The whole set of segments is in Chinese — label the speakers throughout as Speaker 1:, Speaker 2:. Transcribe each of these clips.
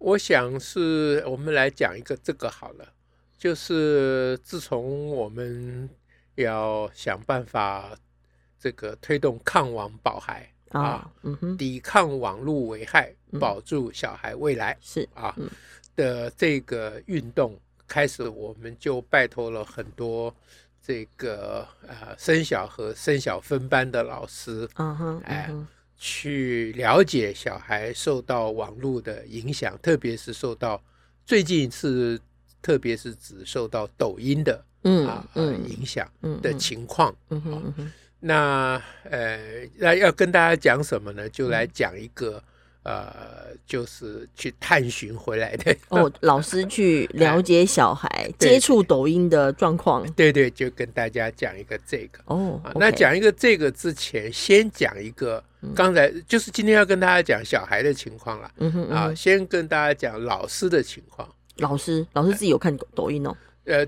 Speaker 1: 我想是我们来讲一个这个好了，就是自从我们要想办法这个推动抗网保孩啊，
Speaker 2: 嗯哼，
Speaker 1: 抵抗网络危害
Speaker 2: 嗯，
Speaker 1: 保住小孩未来。
Speaker 2: 是
Speaker 1: 啊
Speaker 2: 嗯
Speaker 1: 的这个运动开始，我们就拜托了很多这个呃生小和生小分班的老师
Speaker 2: 嗯哼，嗯
Speaker 1: 哎
Speaker 2: 哼，
Speaker 1: 去了解小孩受到网络的影响，特别是受到最近是特别是指受到抖音的
Speaker 2: 嗯
Speaker 1: 啊、呃
Speaker 2: 嗯
Speaker 1: 影响
Speaker 2: 嗯
Speaker 1: 的情况。
Speaker 2: 嗯哼嗯哼，
Speaker 1: 那呃，那要跟大家讲什么呢？就来讲一个。呃，就是去探寻回来的
Speaker 2: 哦，老师去了解小孩
Speaker 1: 对
Speaker 2: 接触抖音的状况。
Speaker 1: 对对，就跟大家讲一个这个。
Speaker 2: 哦
Speaker 1: 啊，
Speaker 2: OK
Speaker 1: 那讲一个这个之前，先讲一个
Speaker 2: 嗯
Speaker 1: 刚才就是今天要跟大家讲小孩的情况了
Speaker 2: 嗯哼嗯
Speaker 1: 啊，
Speaker 2: 哼，
Speaker 1: 先跟大家讲老师的情况。
Speaker 2: 老师，老师自己有看抖抖 音哦，
Speaker 1: 呃，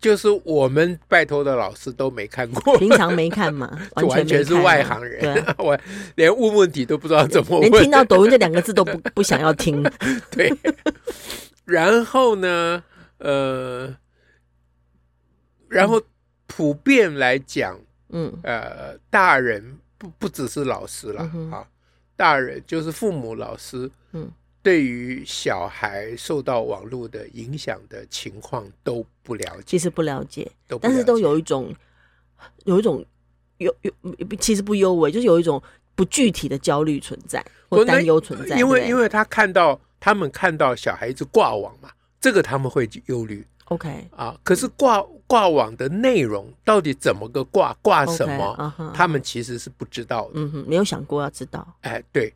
Speaker 1: 就是我们拜托的老师都没看过，
Speaker 2: 平常没看 嘛，
Speaker 1: 就完全
Speaker 2: 没
Speaker 1: 是
Speaker 2: 看啊
Speaker 1: 外行人，
Speaker 2: 对啊，
Speaker 1: 我连问问题都不知道怎么
Speaker 2: 连听
Speaker 1: 问。
Speaker 2: 到抖音这两个字都不不想要听。
Speaker 1: 对，然后呢，呃，然后普遍来讲，
Speaker 2: 嗯
Speaker 1: 呃，大人不不只是老师啦
Speaker 2: 嗯，哼
Speaker 1: 啊，大人就是父母、老师，
Speaker 2: 嗯，
Speaker 1: 对于小孩受到网络的影响的情况都不了解，
Speaker 2: 其实不了解，
Speaker 1: 都不
Speaker 2: 但
Speaker 1: 了
Speaker 2: 是
Speaker 1: 解
Speaker 2: 都有一种有一种有有其实不优为，就是有一种不具体的焦虑存在或
Speaker 1: 我那
Speaker 2: 担忧存在，
Speaker 1: 因为
Speaker 2: 对
Speaker 1: 因为他看到他们看到小孩子挂网嘛，这个他们会忧虑
Speaker 2: OK
Speaker 1: 啊。可是挂挂网的内容到底怎么个挂，挂
Speaker 2: OK
Speaker 1: 什么，
Speaker 2: 啊哈，
Speaker 1: 他们其实是不知道的。
Speaker 2: 嗯哼没有想过要知道，
Speaker 1: 哎，对，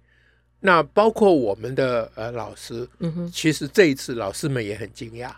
Speaker 1: 那包括我们的呃老师，
Speaker 2: 嗯哼，
Speaker 1: 其实这一次老师们也很惊讶。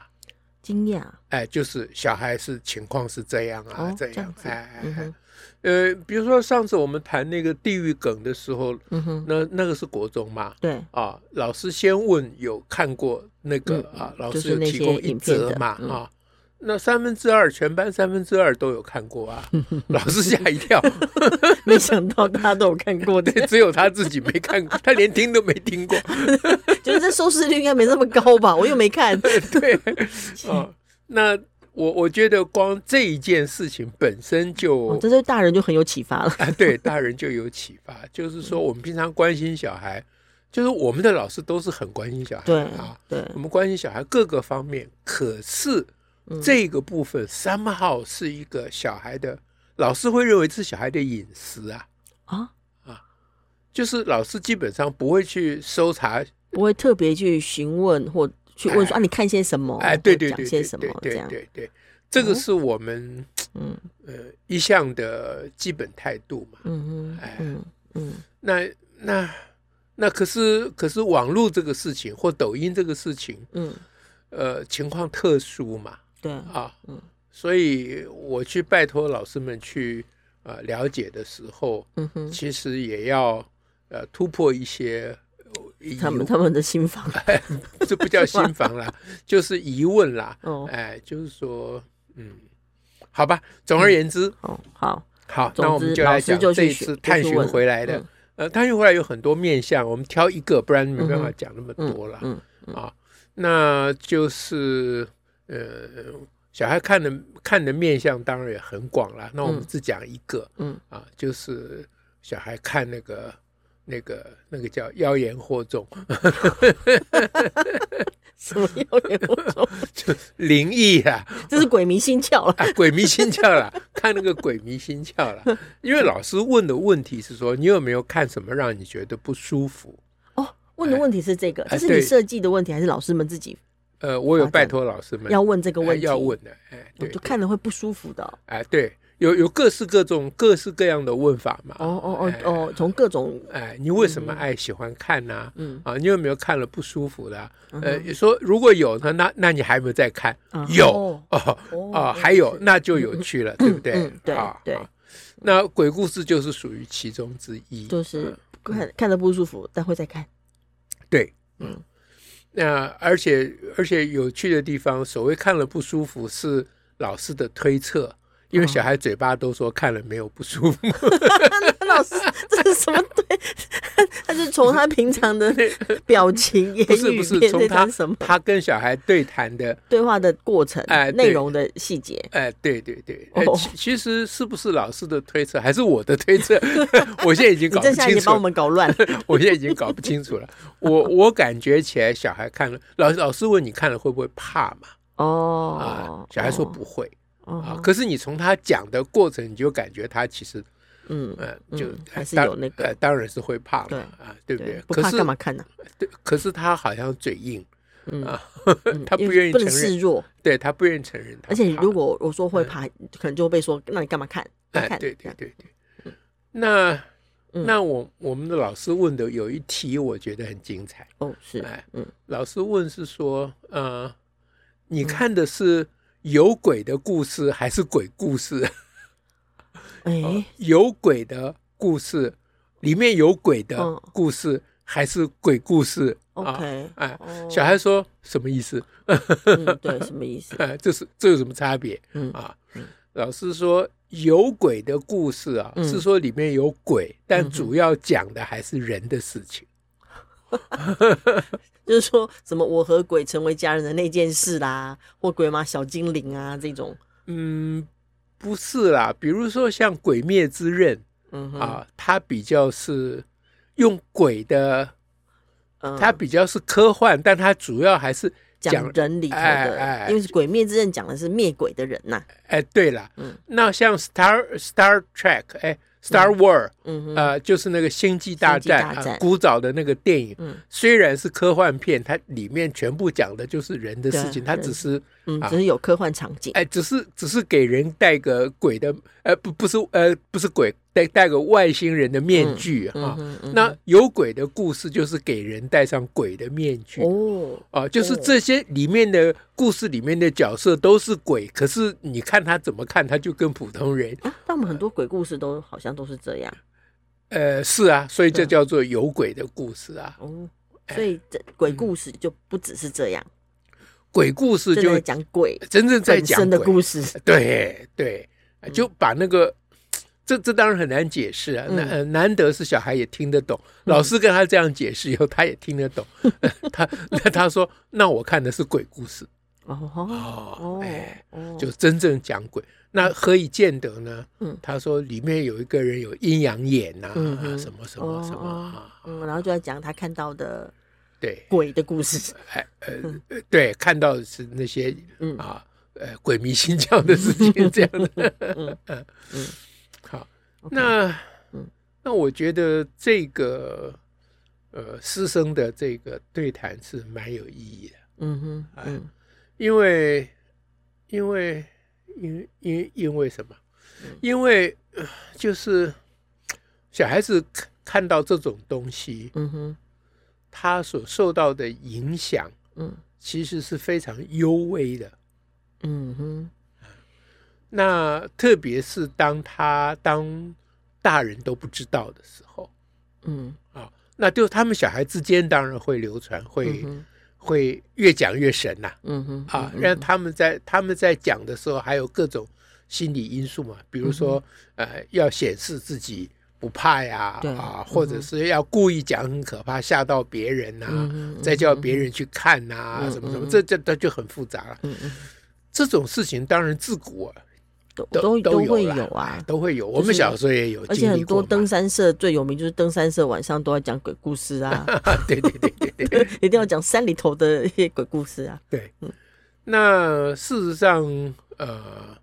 Speaker 2: 惊讶
Speaker 1: 哎，就是小孩是情况是这样啊，
Speaker 2: 哦这
Speaker 1: 样
Speaker 2: 样，子
Speaker 1: 哎哎
Speaker 2: 嗯
Speaker 1: 哎
Speaker 2: 哼，
Speaker 1: 呃，比如说上次我们谈那个地狱梗的时候，
Speaker 2: 嗯哼，
Speaker 1: 那那个是国中嘛，
Speaker 2: 对，
Speaker 1: 啊，老师先问有看过那个、
Speaker 2: 嗯
Speaker 1: 啊，老
Speaker 2: 就是
Speaker 1: 师有
Speaker 2: 那
Speaker 1: 提
Speaker 2: 些
Speaker 1: 供一
Speaker 2: 影片
Speaker 1: 则
Speaker 2: 的
Speaker 1: 嘛、
Speaker 2: 嗯
Speaker 1: 啊，那三分之二全班三分之二都有看过 啊，老师吓一跳，
Speaker 2: 没想到大家都有看过的，
Speaker 1: 对，只有他自己没看过，他连听都没听过，
Speaker 2: 就是这收视率应该没这么高 吧？我又没看，
Speaker 1: 对，啊，那我我觉得光这一件事情本身就、
Speaker 2: 哦，这对大人就很有启发了。
Speaker 1: 啊，对，大人就有启发，就是说我们平常关心小孩，就是我们的老师都是很关心小孩
Speaker 2: 对
Speaker 1: 的啊，
Speaker 2: 对，
Speaker 1: 我们关心小孩各个方面，可是
Speaker 2: 嗯
Speaker 1: 这个部分 somehow 是一个小孩的，老师会认为是小孩的隐私啊，
Speaker 2: 啊，
Speaker 1: 就是老师基本上不会去搜查，
Speaker 2: 不会特别去询问或去问说
Speaker 1: 哎
Speaker 2: 啊，你看些什么？
Speaker 1: 哎，对
Speaker 2: 或
Speaker 1: 对
Speaker 2: 讲
Speaker 1: 对
Speaker 2: 些
Speaker 1: 对
Speaker 2: 什么
Speaker 1: 对
Speaker 2: 这
Speaker 1: 对
Speaker 2: 样？哦
Speaker 1: 对对，这个是我们
Speaker 2: 嗯
Speaker 1: 呃一向的基本态度嘛。
Speaker 2: 嗯
Speaker 1: 哎
Speaker 2: 嗯嗯
Speaker 1: 那那那可是可是网络这个事情或抖音这个事情，
Speaker 2: 嗯，
Speaker 1: 呃，情况特殊嘛
Speaker 2: 对，
Speaker 1: 啊，
Speaker 2: 嗯
Speaker 1: 所以我去拜托老师们去呃了解的时候，
Speaker 2: 嗯哼，
Speaker 1: 其实也要呃突破一些呃疑
Speaker 2: 他们
Speaker 1: 问，
Speaker 2: 他们的心房
Speaker 1: 哎 这不叫心房 啦，就是疑问啦，
Speaker 2: 哦
Speaker 1: 哎，就是说，嗯，好吧，总而言之，
Speaker 2: 哦好，
Speaker 1: 好，
Speaker 2: 总
Speaker 1: 那我们
Speaker 2: 之
Speaker 1: 就
Speaker 2: 老
Speaker 1: 来
Speaker 2: 师
Speaker 1: 讲
Speaker 2: 就
Speaker 1: 这
Speaker 2: 去
Speaker 1: 一
Speaker 2: 学
Speaker 1: 次
Speaker 2: 就
Speaker 1: 探
Speaker 2: 去
Speaker 1: 寻
Speaker 2: 问嗯
Speaker 1: 回来的。呃，探寻回来有很多面向，我们挑一个，不然没办
Speaker 2: 嗯
Speaker 1: 法
Speaker 2: 哼
Speaker 1: 讲那么
Speaker 2: 嗯
Speaker 1: 多了。啊
Speaker 2: 嗯
Speaker 1: 那就是呃，小孩看的看的面向当然也很广啦。那我们
Speaker 2: 嗯
Speaker 1: 只讲一个
Speaker 2: 嗯
Speaker 1: 啊，就是小孩看那个那个那个叫妖言惑众，
Speaker 2: 什么妖言惑众？
Speaker 1: 灵异啊，
Speaker 2: 这是鬼迷心窍了。
Speaker 1: 啊鬼迷心窍啦，看那个鬼迷心窍啦。因为老师问的问题是说，你有没有看什么让你觉得不舒服？
Speaker 2: 哦，问的
Speaker 1: 哎
Speaker 2: 问题是这个，
Speaker 1: 哎
Speaker 2: 这是你
Speaker 1: 对
Speaker 2: 设计的问题，还是老师们自己
Speaker 1: 呃，我有
Speaker 2: 发展
Speaker 1: 拜托老师们
Speaker 2: 要问这个
Speaker 1: 哎
Speaker 2: 问题？
Speaker 1: 要问的，哎，
Speaker 2: 我
Speaker 1: 对，
Speaker 2: 就
Speaker 1: 对
Speaker 2: 看了会不舒服的哦。
Speaker 1: 哎，对，有有各式各种各式各样的问法嘛。
Speaker 2: 哦哦哦哦，从各种
Speaker 1: 哎，你为什么爱喜欢看呢、
Speaker 2: 嗯
Speaker 1: 啊，你有没有看了不舒服的啊？
Speaker 2: 嗯
Speaker 1: 呃，你说如果有呢，那那你还有没有在看？
Speaker 2: 嗯
Speaker 1: 有
Speaker 2: 哦
Speaker 1: 哦
Speaker 2: 哦
Speaker 1: 啊，还有
Speaker 2: 是
Speaker 1: 那就有趣了，对不对？
Speaker 2: 嗯对
Speaker 1: 啊
Speaker 2: 对
Speaker 1: 啊那鬼故事就是属于其中之一。
Speaker 2: 就是
Speaker 1: 嗯
Speaker 2: 看看的不舒服，但会再 看。
Speaker 1: 对，
Speaker 2: 嗯
Speaker 1: 那而且而且有趣的地方，所谓看了不舒服是老师的推测，
Speaker 2: 嗯
Speaker 1: 因为小孩嘴巴都说看了没有不舒服，
Speaker 2: 老师，这是什么对？他是从他平常 的表情、言
Speaker 1: 不是
Speaker 2: 语
Speaker 1: 不是
Speaker 2: 变
Speaker 1: 从
Speaker 2: 变
Speaker 1: 他
Speaker 2: 成什么
Speaker 1: 他跟小孩对谈的，
Speaker 2: 对话的过程
Speaker 1: 哎、对
Speaker 2: 内容的细节。
Speaker 1: 哎，对对对，哎
Speaker 2: 哦
Speaker 1: 其其实是不是老师的推测，还是我的推 测？我现在已经
Speaker 2: 你
Speaker 1: 搞
Speaker 2: 这
Speaker 1: 不
Speaker 2: 下也
Speaker 1: 清
Speaker 2: 把我
Speaker 1: 楚，
Speaker 2: 们搞 乱了。
Speaker 1: 我现在已经搞不清楚了。我我感觉起来，小孩看了，老老师问你看了会不会怕嘛？啊
Speaker 2: 哦，，
Speaker 1: 小孩说
Speaker 2: 哦
Speaker 1: 不会
Speaker 2: 哦
Speaker 1: 啊，可是你从他讲的过程，你就感觉他其实
Speaker 2: 嗯，
Speaker 1: 呃，就
Speaker 2: 嗯
Speaker 1: 呃
Speaker 2: 还是
Speaker 1: 当
Speaker 2: 有那个
Speaker 1: 呃当然是会怕嘛
Speaker 2: 对
Speaker 1: 啊，对不对
Speaker 2: 对？不
Speaker 1: 可
Speaker 2: 怕
Speaker 1: 是
Speaker 2: 干嘛看呢？
Speaker 1: 对，可是他好像嘴硬，
Speaker 2: 嗯
Speaker 1: 啊，
Speaker 2: 嗯
Speaker 1: 他
Speaker 2: 因
Speaker 1: 不
Speaker 2: 为
Speaker 1: 愿意
Speaker 2: 不
Speaker 1: 承
Speaker 2: 能示
Speaker 1: 认，啊
Speaker 2: 弱，
Speaker 1: 对他不愿意承认他怕。
Speaker 2: 而且如果我说会怕，可能就会被说，那你干嘛看？不
Speaker 1: 哎，
Speaker 2: 看，
Speaker 1: 对
Speaker 2: 这
Speaker 1: 对
Speaker 2: 样
Speaker 1: 对对，那
Speaker 2: 嗯
Speaker 1: 那我我们的老师问的有一题，我觉得很精彩。
Speaker 2: 哦，是，
Speaker 1: 哎
Speaker 2: 嗯，
Speaker 1: 老师问是说，呃，你看的是有鬼的故事还是鬼故事？哦
Speaker 2: 哎，
Speaker 1: 有鬼的故事里面有鬼的
Speaker 2: 嗯
Speaker 1: 故事还是鬼故事啊？
Speaker 2: ，OK，
Speaker 1: 哎，
Speaker 2: 哦
Speaker 1: 小孩说什么意思？
Speaker 2: 嗯，对，什么意思？
Speaker 1: 呃， 这是这有什么差别
Speaker 2: 嗯
Speaker 1: 啊
Speaker 2: 嗯？
Speaker 1: 老师说有鬼的故事啊，
Speaker 2: 嗯
Speaker 1: 是说里面有鬼，
Speaker 2: 嗯
Speaker 1: 但
Speaker 2: 哼
Speaker 1: 主要讲的还是人的事情。
Speaker 2: 就是说什么我和鬼成为家人的那件事啦，或鬼马小精灵啊这种，
Speaker 1: 嗯，不是啦，比如说像《鬼灭之刃
Speaker 2: 嗯》哼，
Speaker 1: 啊，它比较是用鬼的，
Speaker 2: 嗯
Speaker 1: 它比较是科幻，但它主要还是
Speaker 2: 讲
Speaker 1: 讲
Speaker 2: 人里头
Speaker 1: 哎
Speaker 2: 的，
Speaker 1: 哎
Speaker 2: 因为是《鬼灭之刃》讲的是灭鬼的人呐，
Speaker 1: 哎，对了，
Speaker 2: 嗯
Speaker 1: 那像 Star Star Trek，哎，Star War，、
Speaker 2: 嗯哼，
Speaker 1: 呃，就是那个《星际大
Speaker 2: 星际大
Speaker 1: 战》啊
Speaker 2: 战
Speaker 1: 古早的那个电影，
Speaker 2: 嗯
Speaker 1: 虽然是科幻片，它里面全部讲的就是人的事
Speaker 2: 对
Speaker 1: 情，它
Speaker 2: 人
Speaker 1: 只是
Speaker 2: 嗯，
Speaker 1: 啊
Speaker 2: 只是有科幻场景，
Speaker 1: 哎，只是只是给人戴个鬼的，呃，不不是呃不是鬼，戴戴个外星人的面具哈、
Speaker 2: 嗯哼，嗯
Speaker 1: 那有鬼的故事就是给人戴上鬼的面具哦、
Speaker 2: 哦，
Speaker 1: 就是这些里面的故事里面的角色都是鬼，可是你看他怎么看，他就跟普通人，
Speaker 2: 啊，但我们很多鬼故事都好像都是这样
Speaker 1: 呃，是啊，所以这
Speaker 2: 对
Speaker 1: 叫做有鬼的故事啊。
Speaker 2: 哦，所以这
Speaker 1: 嗯
Speaker 2: 鬼故事就不只是这样，
Speaker 1: 鬼故事
Speaker 2: 正
Speaker 1: 就
Speaker 2: 在讲鬼
Speaker 1: 真正在
Speaker 2: 本
Speaker 1: 讲
Speaker 2: 身的
Speaker 1: 鬼
Speaker 2: 故 事，
Speaker 1: 对对，就把那个。这这当然很难解释啊，
Speaker 2: 嗯
Speaker 1: 难、呃难得是小孩也听得懂，老师跟他这样解释以后，他也听得 懂。 他那他说：“那我看的是鬼故事
Speaker 2: 哦
Speaker 1: 哦，
Speaker 2: 哦
Speaker 1: 哎，
Speaker 2: 哦，
Speaker 1: 就真正讲鬼。那何以见得呢？
Speaker 2: 嗯
Speaker 1: 他说里面有一个人有阴阳眼呐、啊，
Speaker 2: 嗯哼
Speaker 1: 什么什么什么啊，
Speaker 2: 嗯，然后就在讲他看到的
Speaker 1: 对，
Speaker 2: 鬼的故 事，
Speaker 1: 哎呃呃对，看到的是那些
Speaker 2: 嗯
Speaker 1: 啊呃鬼迷心窍的事情这样的。
Speaker 2: 嗯嗯
Speaker 1: 好，
Speaker 2: OK
Speaker 1: 那
Speaker 2: 嗯
Speaker 1: 那我觉得这个呃师生的这个对谈是蛮有意义的，
Speaker 2: 嗯哼，
Speaker 1: 哎
Speaker 2: 嗯
Speaker 1: 因为因为因因因为什么？
Speaker 2: 嗯
Speaker 1: 因为、呃就是小孩子看看到这种东西，
Speaker 2: 嗯哼，
Speaker 1: 他所受到的影响
Speaker 2: 嗯
Speaker 1: 其实是非常幽微的。
Speaker 2: 嗯哼，
Speaker 1: 那特别是当他当大人都不知道的时候，
Speaker 2: 嗯
Speaker 1: 啊，那就他们小孩之间当然会流传，会、
Speaker 2: 嗯哼，
Speaker 1: 会越讲越神呐
Speaker 2: 嗯哼，
Speaker 1: 啊，
Speaker 2: 嗯
Speaker 1: 让、他们在他们在讲的时候，还有各种心理因素嘛，比如说、呃，要显示自己不怕呀
Speaker 2: 嗯对
Speaker 1: 啊
Speaker 2: 嗯，
Speaker 1: 或者是要故意讲很可怕，吓到别人呐、
Speaker 2: 嗯哼
Speaker 1: 再叫别人去看呐、
Speaker 2: 嗯
Speaker 1: 什么什么，
Speaker 2: 嗯
Speaker 1: 这这这就很复杂了。
Speaker 2: 嗯嗯，
Speaker 1: 这种事情当然自古、啊、
Speaker 2: 都
Speaker 1: 都
Speaker 2: 都都
Speaker 1: 有
Speaker 2: 会
Speaker 1: 啦哎
Speaker 2: 有啊。
Speaker 1: 都会有，我
Speaker 2: 就
Speaker 1: 们
Speaker 2: 是
Speaker 1: 小时候也有
Speaker 2: 而且
Speaker 1: 经
Speaker 2: 很
Speaker 1: 历过
Speaker 2: 多
Speaker 1: 嘛，
Speaker 2: 登山社最有名就是登山社晚上都要讲鬼故事 啊，
Speaker 1: 对对对对对。
Speaker 2: 一定要讲山里头的一些鬼故事啊。
Speaker 1: 对
Speaker 2: 嗯，
Speaker 1: 那事实上，呃，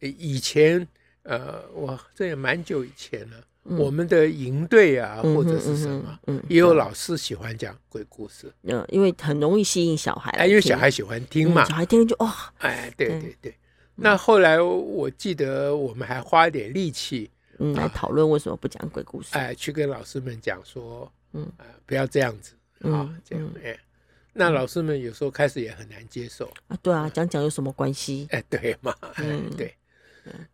Speaker 1: 以前，呃，我这也蛮久以前了。
Speaker 2: 嗯
Speaker 1: 我们的营队啊，或者是什么，
Speaker 2: 嗯哼，嗯哼嗯
Speaker 1: 也有老师喜欢讲鬼故事，
Speaker 2: 嗯，因为很容易吸引小孩来
Speaker 1: 哎，
Speaker 2: 听，
Speaker 1: 因为小孩喜欢听
Speaker 2: 嗯
Speaker 1: 嘛
Speaker 2: 小。孩听就哇，
Speaker 1: 哎，对
Speaker 2: 对
Speaker 1: 对对。那后来我记得我们还花一点力气，
Speaker 2: 嗯，来讨论为什么不讲鬼故事。
Speaker 1: 啊哎，去跟老师们讲说，
Speaker 2: 嗯
Speaker 1: 呃不要这样子
Speaker 2: 嗯
Speaker 1: 啊，这样哎。那老师们有时候开始也很难接受，
Speaker 2: 啊，对啊，讲讲有什么关系？
Speaker 1: 哎，对嘛，哎
Speaker 2: 嗯
Speaker 1: 对，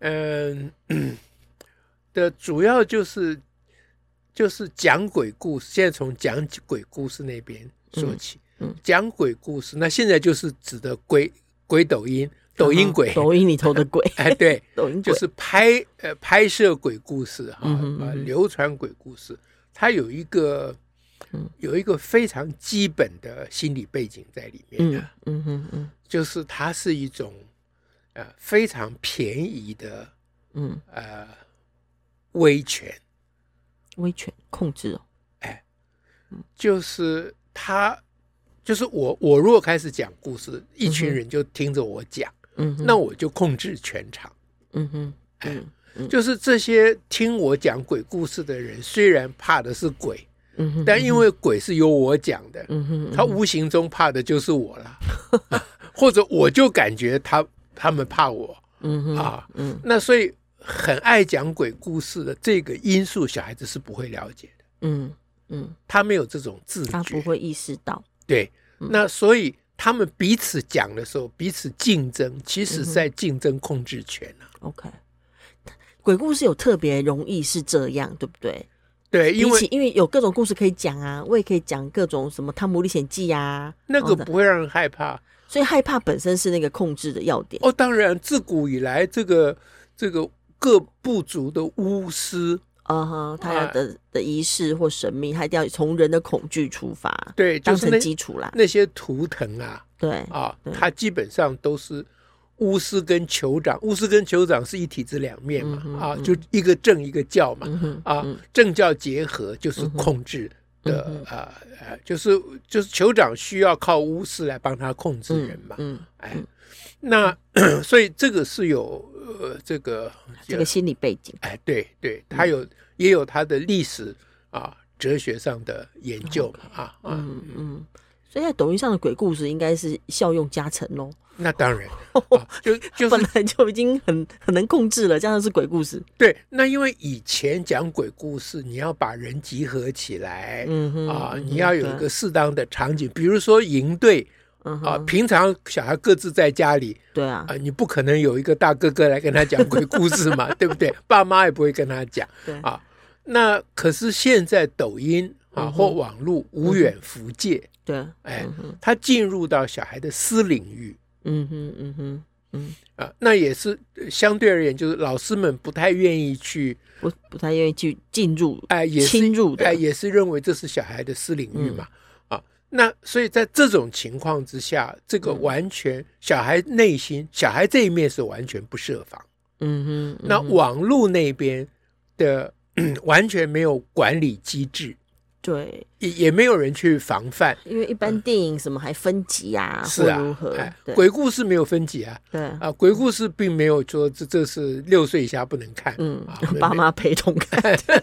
Speaker 1: 嗯，的主要就是就是讲鬼故事，现在从讲鬼故事那边说起，
Speaker 2: 嗯嗯
Speaker 1: 讲鬼故事，那现在就是指的鬼鬼抖音，抖音鬼，
Speaker 2: 啊嗯抖音里头的 鬼，
Speaker 1: 哎，对，
Speaker 2: 抖音鬼
Speaker 1: 就是拍呃拍摄鬼故事哈，
Speaker 2: 嗯哼嗯
Speaker 1: 啊
Speaker 2: 哼
Speaker 1: 流传鬼故事，它有一个
Speaker 2: 嗯
Speaker 1: 有一个非常基本的心理背景在里面的，
Speaker 2: 嗯嗯嗯嗯
Speaker 1: 就是它是一种呃非常便宜的
Speaker 2: 嗯，
Speaker 1: 呃威权，
Speaker 2: 威权控制哦，
Speaker 1: 就是它就是我我如果开始讲故事，一群
Speaker 2: 嗯哼
Speaker 1: 人就听着我讲，
Speaker 2: 嗯哼，
Speaker 1: 那我就控制全场。
Speaker 2: 嗯哼嗯
Speaker 1: 就是这些听我讲鬼故事的人，虽然怕的是鬼，
Speaker 2: 嗯哼，
Speaker 1: 但因为鬼是由我讲的，
Speaker 2: 嗯哼
Speaker 1: 他无形中怕的就是我了， 或者我就感觉他他们怕我。
Speaker 2: 嗯哼
Speaker 1: 啊
Speaker 2: 嗯
Speaker 1: 那所以很爱讲鬼故事的这个因素，小孩子是不会了解的，
Speaker 2: 嗯嗯，
Speaker 1: 他没有这种自觉，
Speaker 2: 他不会嗯意识到，
Speaker 1: 对。那所以他们彼此讲的时候，彼此竞争，其实
Speaker 2: 嗯
Speaker 1: 在竞争控制权啊。
Speaker 2: OK，鬼故事有特别容易是这样，对不对？
Speaker 1: 对，因
Speaker 2: 比起
Speaker 1: 为
Speaker 2: 因为有各种故事可以讲啊，我也可以讲各种什么《汤姆历险记》呀，
Speaker 1: 那个
Speaker 2: 然后的
Speaker 1: 不会让人害怕。
Speaker 2: 所以害怕本身是那个控制的要点。
Speaker 1: 哦，当然，自古以来，这个这个各部族的巫师，
Speaker 2: 啊哈，他要的的仪式或神秘，他一定要从人的恐惧出发，
Speaker 1: 对，就
Speaker 2: 当
Speaker 1: 是那
Speaker 2: 成基础啦。
Speaker 1: 那些图腾啊
Speaker 2: 对，
Speaker 1: 啊
Speaker 2: 对，
Speaker 1: 它基本上都是巫师跟酋长，巫师跟酋长是一体之两面嘛
Speaker 2: 嗯，哼
Speaker 1: 啊，
Speaker 2: 嗯
Speaker 1: 就一个正一个教嘛，
Speaker 2: 嗯哼，
Speaker 1: 啊
Speaker 2: 嗯，
Speaker 1: 政教结合就是控制的
Speaker 2: 嗯
Speaker 1: 啊呃，就是就是酋长需要靠巫师来帮他控制人嘛，
Speaker 2: 嗯，
Speaker 1: 哎，那 所以这个是有呃这个
Speaker 2: 这个嗯心理背景
Speaker 1: 哎，对对，它有、也有它的历史啊。哲学上的研究嘛，啊啊，
Speaker 2: 嗯嗯，所以在抖音上的鬼故事应该是效用加成喽，
Speaker 1: 那 当然，啊就就
Speaker 2: 本
Speaker 1: 是
Speaker 2: 来 就已经很很能控制了，加上是鬼故事，
Speaker 1: 对。那因为以前讲鬼故事，你要把人集合起来
Speaker 2: 嗯哼
Speaker 1: 啊，
Speaker 2: 嗯哼
Speaker 1: 你要有一
Speaker 2: 对
Speaker 1: 个适当的场景，比如说营队
Speaker 2: 嗯
Speaker 1: 啊。
Speaker 2: 哼，
Speaker 1: 平常小孩各自在家里
Speaker 2: 对啊
Speaker 1: 啊，，你不可能有一个大哥哥来跟他讲鬼故事 嘛，对不对？爸妈也不会跟他讲
Speaker 2: 对
Speaker 1: 啊。那可是现在抖音啊
Speaker 2: 嗯哼
Speaker 1: 或网络无远弗届，
Speaker 2: 对，
Speaker 1: 哎
Speaker 2: 嗯哼
Speaker 1: 它进入到小孩的私领域。
Speaker 2: 嗯哼嗯哼，
Speaker 1: 啊，那也是呃相对而言，就是老师们不太愿意去，
Speaker 2: 不不太愿意去进入，
Speaker 1: 哎、也是
Speaker 2: 侵入的嗯
Speaker 1: 哎、也是认为这是小孩的私领域嘛，啊，那所以在这种情况之下，这
Speaker 2: 嗯
Speaker 1: 个完全、小孩内心，小孩这一面是完全不设防，
Speaker 2: 嗯哼，
Speaker 1: 那
Speaker 2: 嗯哼
Speaker 1: 网络那边的完全没有管理机制，
Speaker 2: 对，
Speaker 1: 也也没有人去防范，
Speaker 2: 因为一般电影什么还分级啊，
Speaker 1: 嗯是
Speaker 2: 或如
Speaker 1: 啊
Speaker 2: 何，，
Speaker 1: 哎，
Speaker 2: 对
Speaker 1: 鬼故事没有分级啊，
Speaker 2: 对，
Speaker 1: 啊，鬼故事并没有说这这是六岁以下不能看，
Speaker 2: 嗯
Speaker 1: 啊，
Speaker 2: 爸妈陪同看，，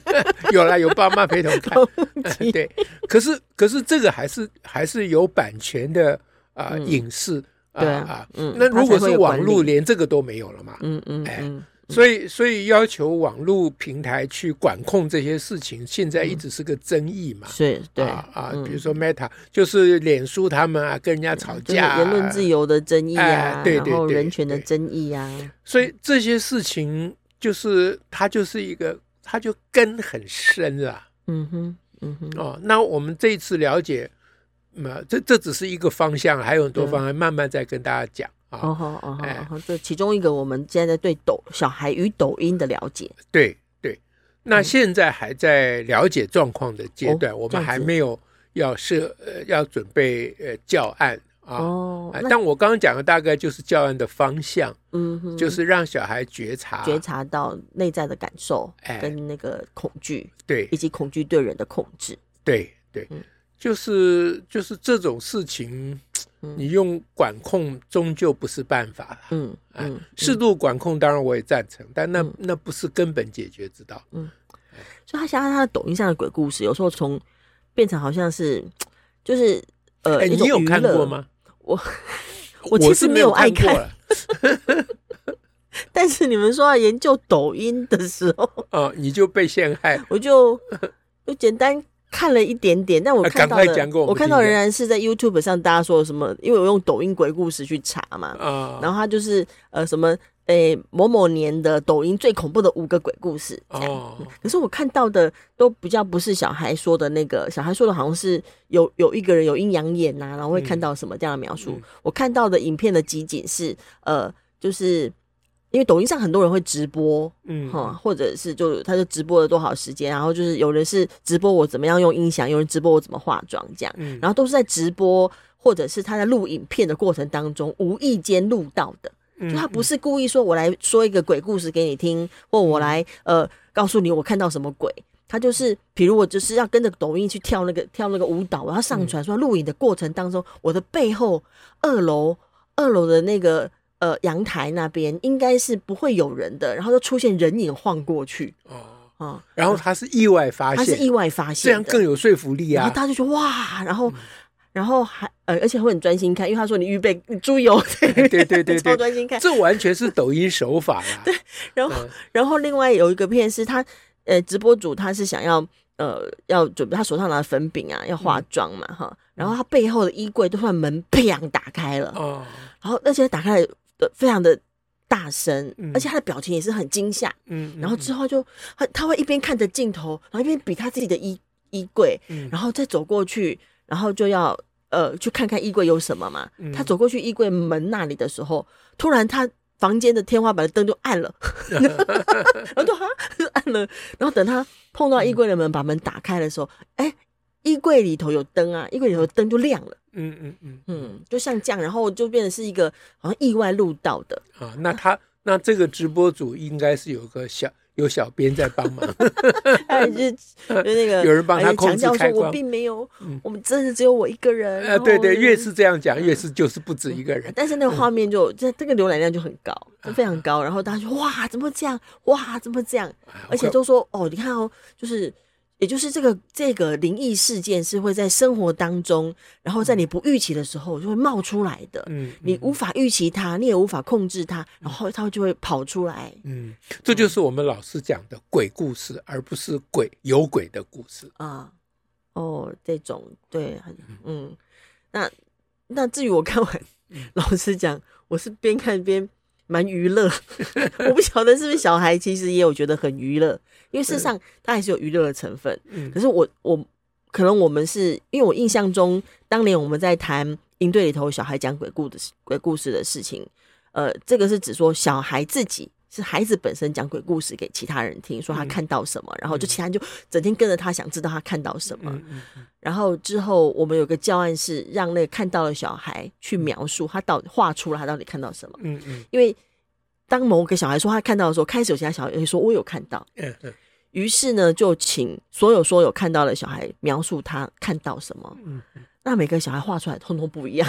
Speaker 1: 有啦，有爸妈陪同看 对。可是可是这个还是还是有版权的啊、呃影视啊
Speaker 2: 嗯对
Speaker 1: 啊
Speaker 2: 啊、嗯
Speaker 1: 那
Speaker 2: 它
Speaker 1: 如果
Speaker 2: 才会
Speaker 1: 是
Speaker 2: 有
Speaker 1: 网
Speaker 2: 管
Speaker 1: 络，
Speaker 2: 理
Speaker 1: 连这个都没有了嘛？
Speaker 2: 嗯嗯
Speaker 1: 哎
Speaker 2: 嗯，
Speaker 1: 所以所以要求网络平台去管控这些事情，现在一直是个争议嘛。
Speaker 2: 是，对
Speaker 1: 啊啊，
Speaker 2: 嗯
Speaker 1: 比如说 Meta 就是脸书他们啊，跟人家吵
Speaker 2: 就是
Speaker 1: 架啊、
Speaker 2: 嗯言论自由的争议啊，
Speaker 1: 哎对对
Speaker 2: 然后
Speaker 1: 对
Speaker 2: 人权的
Speaker 1: 对
Speaker 2: 争议啊，
Speaker 1: 所以这些事情就是它就是一个，它就根很深了。
Speaker 2: 嗯哼，嗯哼，
Speaker 1: 哦，那我们这一次了解，那、这这只是一个方向，还有很多
Speaker 2: 对
Speaker 1: 方案，慢慢再跟大家讲啊。
Speaker 2: 哦吼哦吼
Speaker 1: 哎
Speaker 2: 哦吼，这其中一个我们现在对抖小孩与抖音的了解，
Speaker 1: 对对，那现在还在了解状况的阶段，
Speaker 2: 嗯哦
Speaker 1: 我
Speaker 2: 这
Speaker 1: 们
Speaker 2: 样
Speaker 1: 还
Speaker 2: 子
Speaker 1: 没有要设呃要准备呃教案啊。
Speaker 2: 哦
Speaker 1: 哎，
Speaker 2: 那
Speaker 1: 但我刚刚讲的大概就是教案的方向，
Speaker 2: 嗯哼，
Speaker 1: 就是让小孩觉察，
Speaker 2: 觉察到内在的感受
Speaker 1: 哎
Speaker 2: 跟那个恐惧，
Speaker 1: 对
Speaker 2: 以及恐惧对人的控制，
Speaker 1: 对对，
Speaker 2: 嗯
Speaker 1: 就是就是这种事情，
Speaker 2: 嗯
Speaker 1: 你用管控终究不是办法啦。
Speaker 2: 嗯
Speaker 1: 哎
Speaker 2: 嗯，
Speaker 1: 适度管控当然我也赞成，但那、
Speaker 2: 嗯
Speaker 1: 那不是根本解决之道。
Speaker 2: 所以他想想他的抖音上的鬼故事，有时候从变成好像是就是呃，
Speaker 1: 哎，
Speaker 2: 一
Speaker 1: 你
Speaker 2: 种
Speaker 1: 有
Speaker 2: 娱
Speaker 1: 看
Speaker 2: 乐
Speaker 1: 过？吗？
Speaker 2: 我
Speaker 1: 我
Speaker 2: 我其实
Speaker 1: 是
Speaker 2: 没
Speaker 1: 有
Speaker 2: 有爱
Speaker 1: 看过
Speaker 2: 看
Speaker 1: 了，
Speaker 2: 但是你们说要研究抖音的时候，
Speaker 1: 啊、 你就被陷害。
Speaker 2: 我就就简单看了一点点，但我
Speaker 1: 呃
Speaker 2: 看到
Speaker 1: 赶快
Speaker 2: 的
Speaker 1: 讲给我们
Speaker 2: 看到
Speaker 1: 听一
Speaker 2: 仍
Speaker 1: 下
Speaker 2: 然是在 YouTube 上大家说什么，因为我用抖音鬼故事去查嘛，
Speaker 1: 啊、
Speaker 2: 然后他就是呃什么诶、某某年的抖音最恐怖的五个鬼故事这样。
Speaker 1: 哦，
Speaker 2: 可是我看到的都比较不是小孩说的那个，小孩说的好像是有有一个人有阴阳眼呐、然后会看到什么这样的描述。
Speaker 1: 嗯
Speaker 2: 我看到的影片的集锦是，呃，就是因为抖音上很多人会直播，
Speaker 1: 嗯，
Speaker 2: 哈、或者是就他就直播了多少时间，然后就是有人是直播我怎么样用音响，有人直播我怎么化妆这样，
Speaker 1: 嗯，
Speaker 2: 然后都是在直播或者是他在录影片的过程当中无意间录到的。
Speaker 1: 嗯嗯
Speaker 2: 就他不是故意说我来说一个鬼故事给你听，或我来呃告诉你我看到什么鬼。他就是，比如我就是要跟着抖音去跳那个跳那个舞蹈，我要上传说啊录影的过程当中，我的背后二楼二楼的那个呃阳台那边应该是不会有人的，然后就出现人影晃过去
Speaker 1: 哦，
Speaker 2: 啊，
Speaker 1: 然后他是意外发
Speaker 2: 他
Speaker 1: 现，
Speaker 2: 是意外发
Speaker 1: 这
Speaker 2: 现
Speaker 1: 样
Speaker 2: 的，
Speaker 1: 更有说服力
Speaker 2: 然后
Speaker 1: 啊。嗯
Speaker 2: 大家就说哇，然后。然后还呃，而且会很专心看，因为他说你预备猪油，对
Speaker 1: 对对对
Speaker 2: 超专心看。
Speaker 1: 这完全是抖音手法啊 啦。对，
Speaker 2: 然后然后另外有一个片是他，呃，直播主他是想要呃要准备他手上拿的粉饼啊，要
Speaker 1: 嗯
Speaker 2: 化妆嘛哈，然后他背后的衣柜就突然门砰打开了，
Speaker 1: 哦，
Speaker 2: 然后而且打开的非常的大声，
Speaker 1: 嗯
Speaker 2: 而且他的表情也是很惊吓，
Speaker 1: 嗯，
Speaker 2: 然后之后就他他会一边看着镜头，然后一边比他自己的衣衣柜，
Speaker 1: 嗯，
Speaker 2: 然后再走过去，然后就要呃去看看衣柜有什么嘛。
Speaker 1: 嗯
Speaker 2: 他走过去衣柜门那里的时候，突然他房间的天花板的灯就暗 了，然后就哈就暗了。然后等他碰到衣柜的门，把门打开的时候，哎、衣柜里头有灯啊，衣柜里头的灯就亮了。
Speaker 1: 嗯嗯嗯
Speaker 2: 嗯，就像这样，然后就变成是一个好像意外录到的。
Speaker 1: 啊，那他那这个直播组应该是有个小有小编在帮 忙，
Speaker 2: 哎， 就就那个
Speaker 1: 有人帮
Speaker 2: 哎
Speaker 1: 他
Speaker 2: 就
Speaker 1: 控
Speaker 2: 强
Speaker 1: 制
Speaker 2: 调
Speaker 1: 开
Speaker 2: 说，我
Speaker 1: 关。
Speaker 2: 并没有，
Speaker 1: 嗯
Speaker 2: 我们真的只有我一个人。
Speaker 1: 呃，
Speaker 2: 然后
Speaker 1: 对对，越
Speaker 2: 人
Speaker 1: 是这样讲，越
Speaker 2: 嗯
Speaker 1: 是就是不止一个人。
Speaker 2: 但是那个画面就这这个浏览量就很高，就非常高。然后大家说哇，怎么这样？哇，怎么这样？
Speaker 1: 啊
Speaker 2: 而且都说哦，你看哦，就是也就是这个这个灵异事件是会在生活当中，然后在你不预期的时候就会冒出来的，
Speaker 1: 嗯，
Speaker 2: 你
Speaker 1: 嗯
Speaker 2: 无法预期它，你也无法控制它，然后它就会跑出来。
Speaker 1: 嗯，这就是我们老师讲的鬼故事，而不是鬼有鬼的故事。
Speaker 2: 啊，哦，这种对，很嗯，那那至于我看完，老实讲，我是边看边蛮娱乐，我不晓得是不是小孩其实也有觉得很娱乐，因为事实上它还是有娱乐的成分。
Speaker 1: 嗯
Speaker 2: 可是我我可能我们是因为我印象中，当年我们在谈营队里头小孩讲鬼故的事鬼故事的事情，呃，这个是指说小孩自己。是孩子本身讲鬼故事给其他人听，说他
Speaker 1: 嗯
Speaker 2: 看到什么，然后就
Speaker 1: 嗯
Speaker 2: 其他人就整天跟着他，想知道他看到什么。
Speaker 1: 嗯嗯嗯
Speaker 2: 然后之后我们有个教案是让那个看到的小孩去描述他到底画出来他到底看到什么，
Speaker 1: 嗯嗯
Speaker 2: 因为当某个小孩说他看到的时候，开始有其他小孩也会说我有看到，
Speaker 1: 嗯嗯
Speaker 2: 于是呢就请所有说有看到的小孩描述他看到什么，
Speaker 1: 嗯
Speaker 2: 那每个小孩画出来通通不一 样。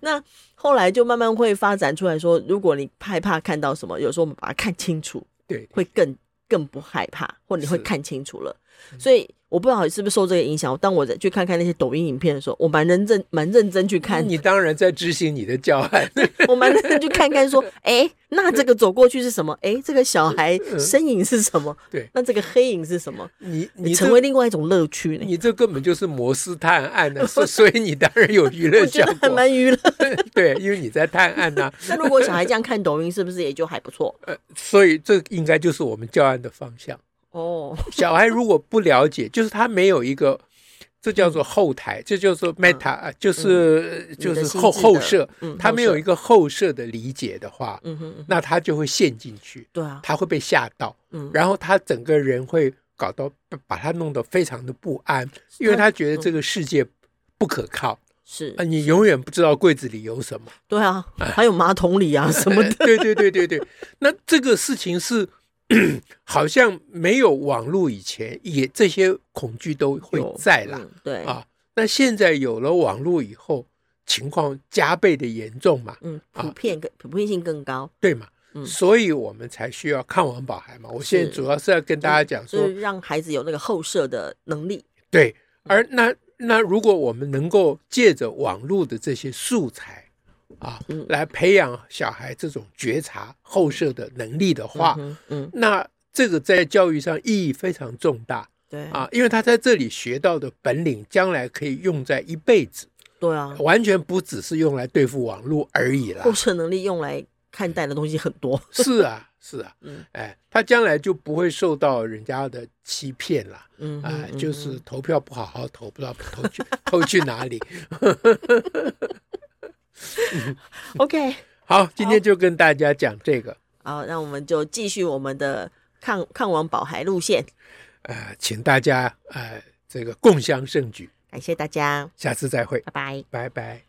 Speaker 2: 那后来就慢慢会发展出来说，如果你害怕看到什么，有时候我们把它看清楚，
Speaker 1: 对，
Speaker 2: 会更更不害怕，或你会
Speaker 1: 是嗯
Speaker 2: 看清楚了。所以我不知道是不是受这个影响，当我在去看看那些抖音影片的时候，我蛮认真蛮认真去看，
Speaker 1: 你当然在执行你的教案。
Speaker 2: 我蛮认真去看看 说，哎，那这个走过去是什么？哎，这个小孩身影是什么？
Speaker 1: 嗯对
Speaker 2: 那这个黑影是什么？
Speaker 1: 你你
Speaker 2: 成
Speaker 1: 这
Speaker 2: 为另外一种乐趣呢。
Speaker 1: 你这根本就是摩斯探案 呢、所所以你当然有娱乐
Speaker 2: 我觉
Speaker 1: 效
Speaker 2: 得还
Speaker 1: 果。
Speaker 2: 蛮娱乐。
Speaker 1: 对，因为你在探案呐、
Speaker 2: 那如果小孩这样看抖音，是不是也就还不错？
Speaker 1: 呃，所以这应该就是我们教案的方向。
Speaker 2: 哦，
Speaker 1: 小孩如果不了解， 就是他没有一个，这叫
Speaker 2: 嗯
Speaker 1: 做后台，这叫做 meta，、就是、啊就
Speaker 2: 你的
Speaker 1: 是
Speaker 2: 心
Speaker 1: 后
Speaker 2: 智的
Speaker 1: 后设，
Speaker 2: 嗯
Speaker 1: 他没有一
Speaker 2: 个，
Speaker 1: 个后设的理解的话，
Speaker 2: 嗯哼，嗯
Speaker 1: 那他就会陷进去，
Speaker 2: 对啊，
Speaker 1: 他会被吓到，
Speaker 2: 嗯
Speaker 1: 然后他整个人会搞到把他弄得非常的不安，
Speaker 2: 嗯
Speaker 1: 因为他觉得这个世界不可靠
Speaker 2: 是
Speaker 1: 啊，，你永远不知道柜子里有什么。
Speaker 2: 对啊，还有马桶里啊什么的，
Speaker 1: 对对对对对，那这个事情是好像没有网络以前，也这些恐惧都 会
Speaker 2: 有
Speaker 1: 在啦、
Speaker 2: 嗯对，
Speaker 1: 啊。那现在有了网络以后，情况加倍的严重嘛，
Speaker 2: 嗯，
Speaker 1: 啊
Speaker 2: 普遍更普遍性更高，
Speaker 1: 对嘛？
Speaker 2: 嗯
Speaker 1: 所以我们才需要看王宝海嘛。我现在
Speaker 2: 是
Speaker 1: 主要是要跟大家讲
Speaker 2: 就
Speaker 1: 说，
Speaker 2: 是让孩子有那个后设的能力，
Speaker 1: 对，
Speaker 2: 嗯
Speaker 1: 而那那如果我们能够借着网络的这些素材，啊
Speaker 2: 嗯，
Speaker 1: 来培养小孩这种觉察后设的能力的话，
Speaker 2: 嗯哼嗯，
Speaker 1: 那这个在教育上意义非常重大
Speaker 2: 对
Speaker 1: 啊，因为他在这里学到的本领，将来可以用在一辈子，
Speaker 2: 对啊，
Speaker 1: 完全不只是用来对付网络而已啦
Speaker 2: 后。设能力用来看待的东西很 多，
Speaker 1: 是啊，是啊，
Speaker 2: 嗯
Speaker 1: 哎，他将来就不会受到人家的欺骗了。
Speaker 2: 嗯哼
Speaker 1: 啊，
Speaker 2: 嗯
Speaker 1: 就
Speaker 2: 哼
Speaker 1: 是投票不好好投，不知道投去投去 哪里。
Speaker 2: OK。
Speaker 1: 好，今天就跟大家讲这个。
Speaker 2: 好，那我们就继续我们的抗抗王保孩路线，
Speaker 1: 呃，请大家呃这个共襄盛举，
Speaker 2: 感谢大家，
Speaker 1: 下次再会，
Speaker 2: 拜拜。
Speaker 1: 拜拜。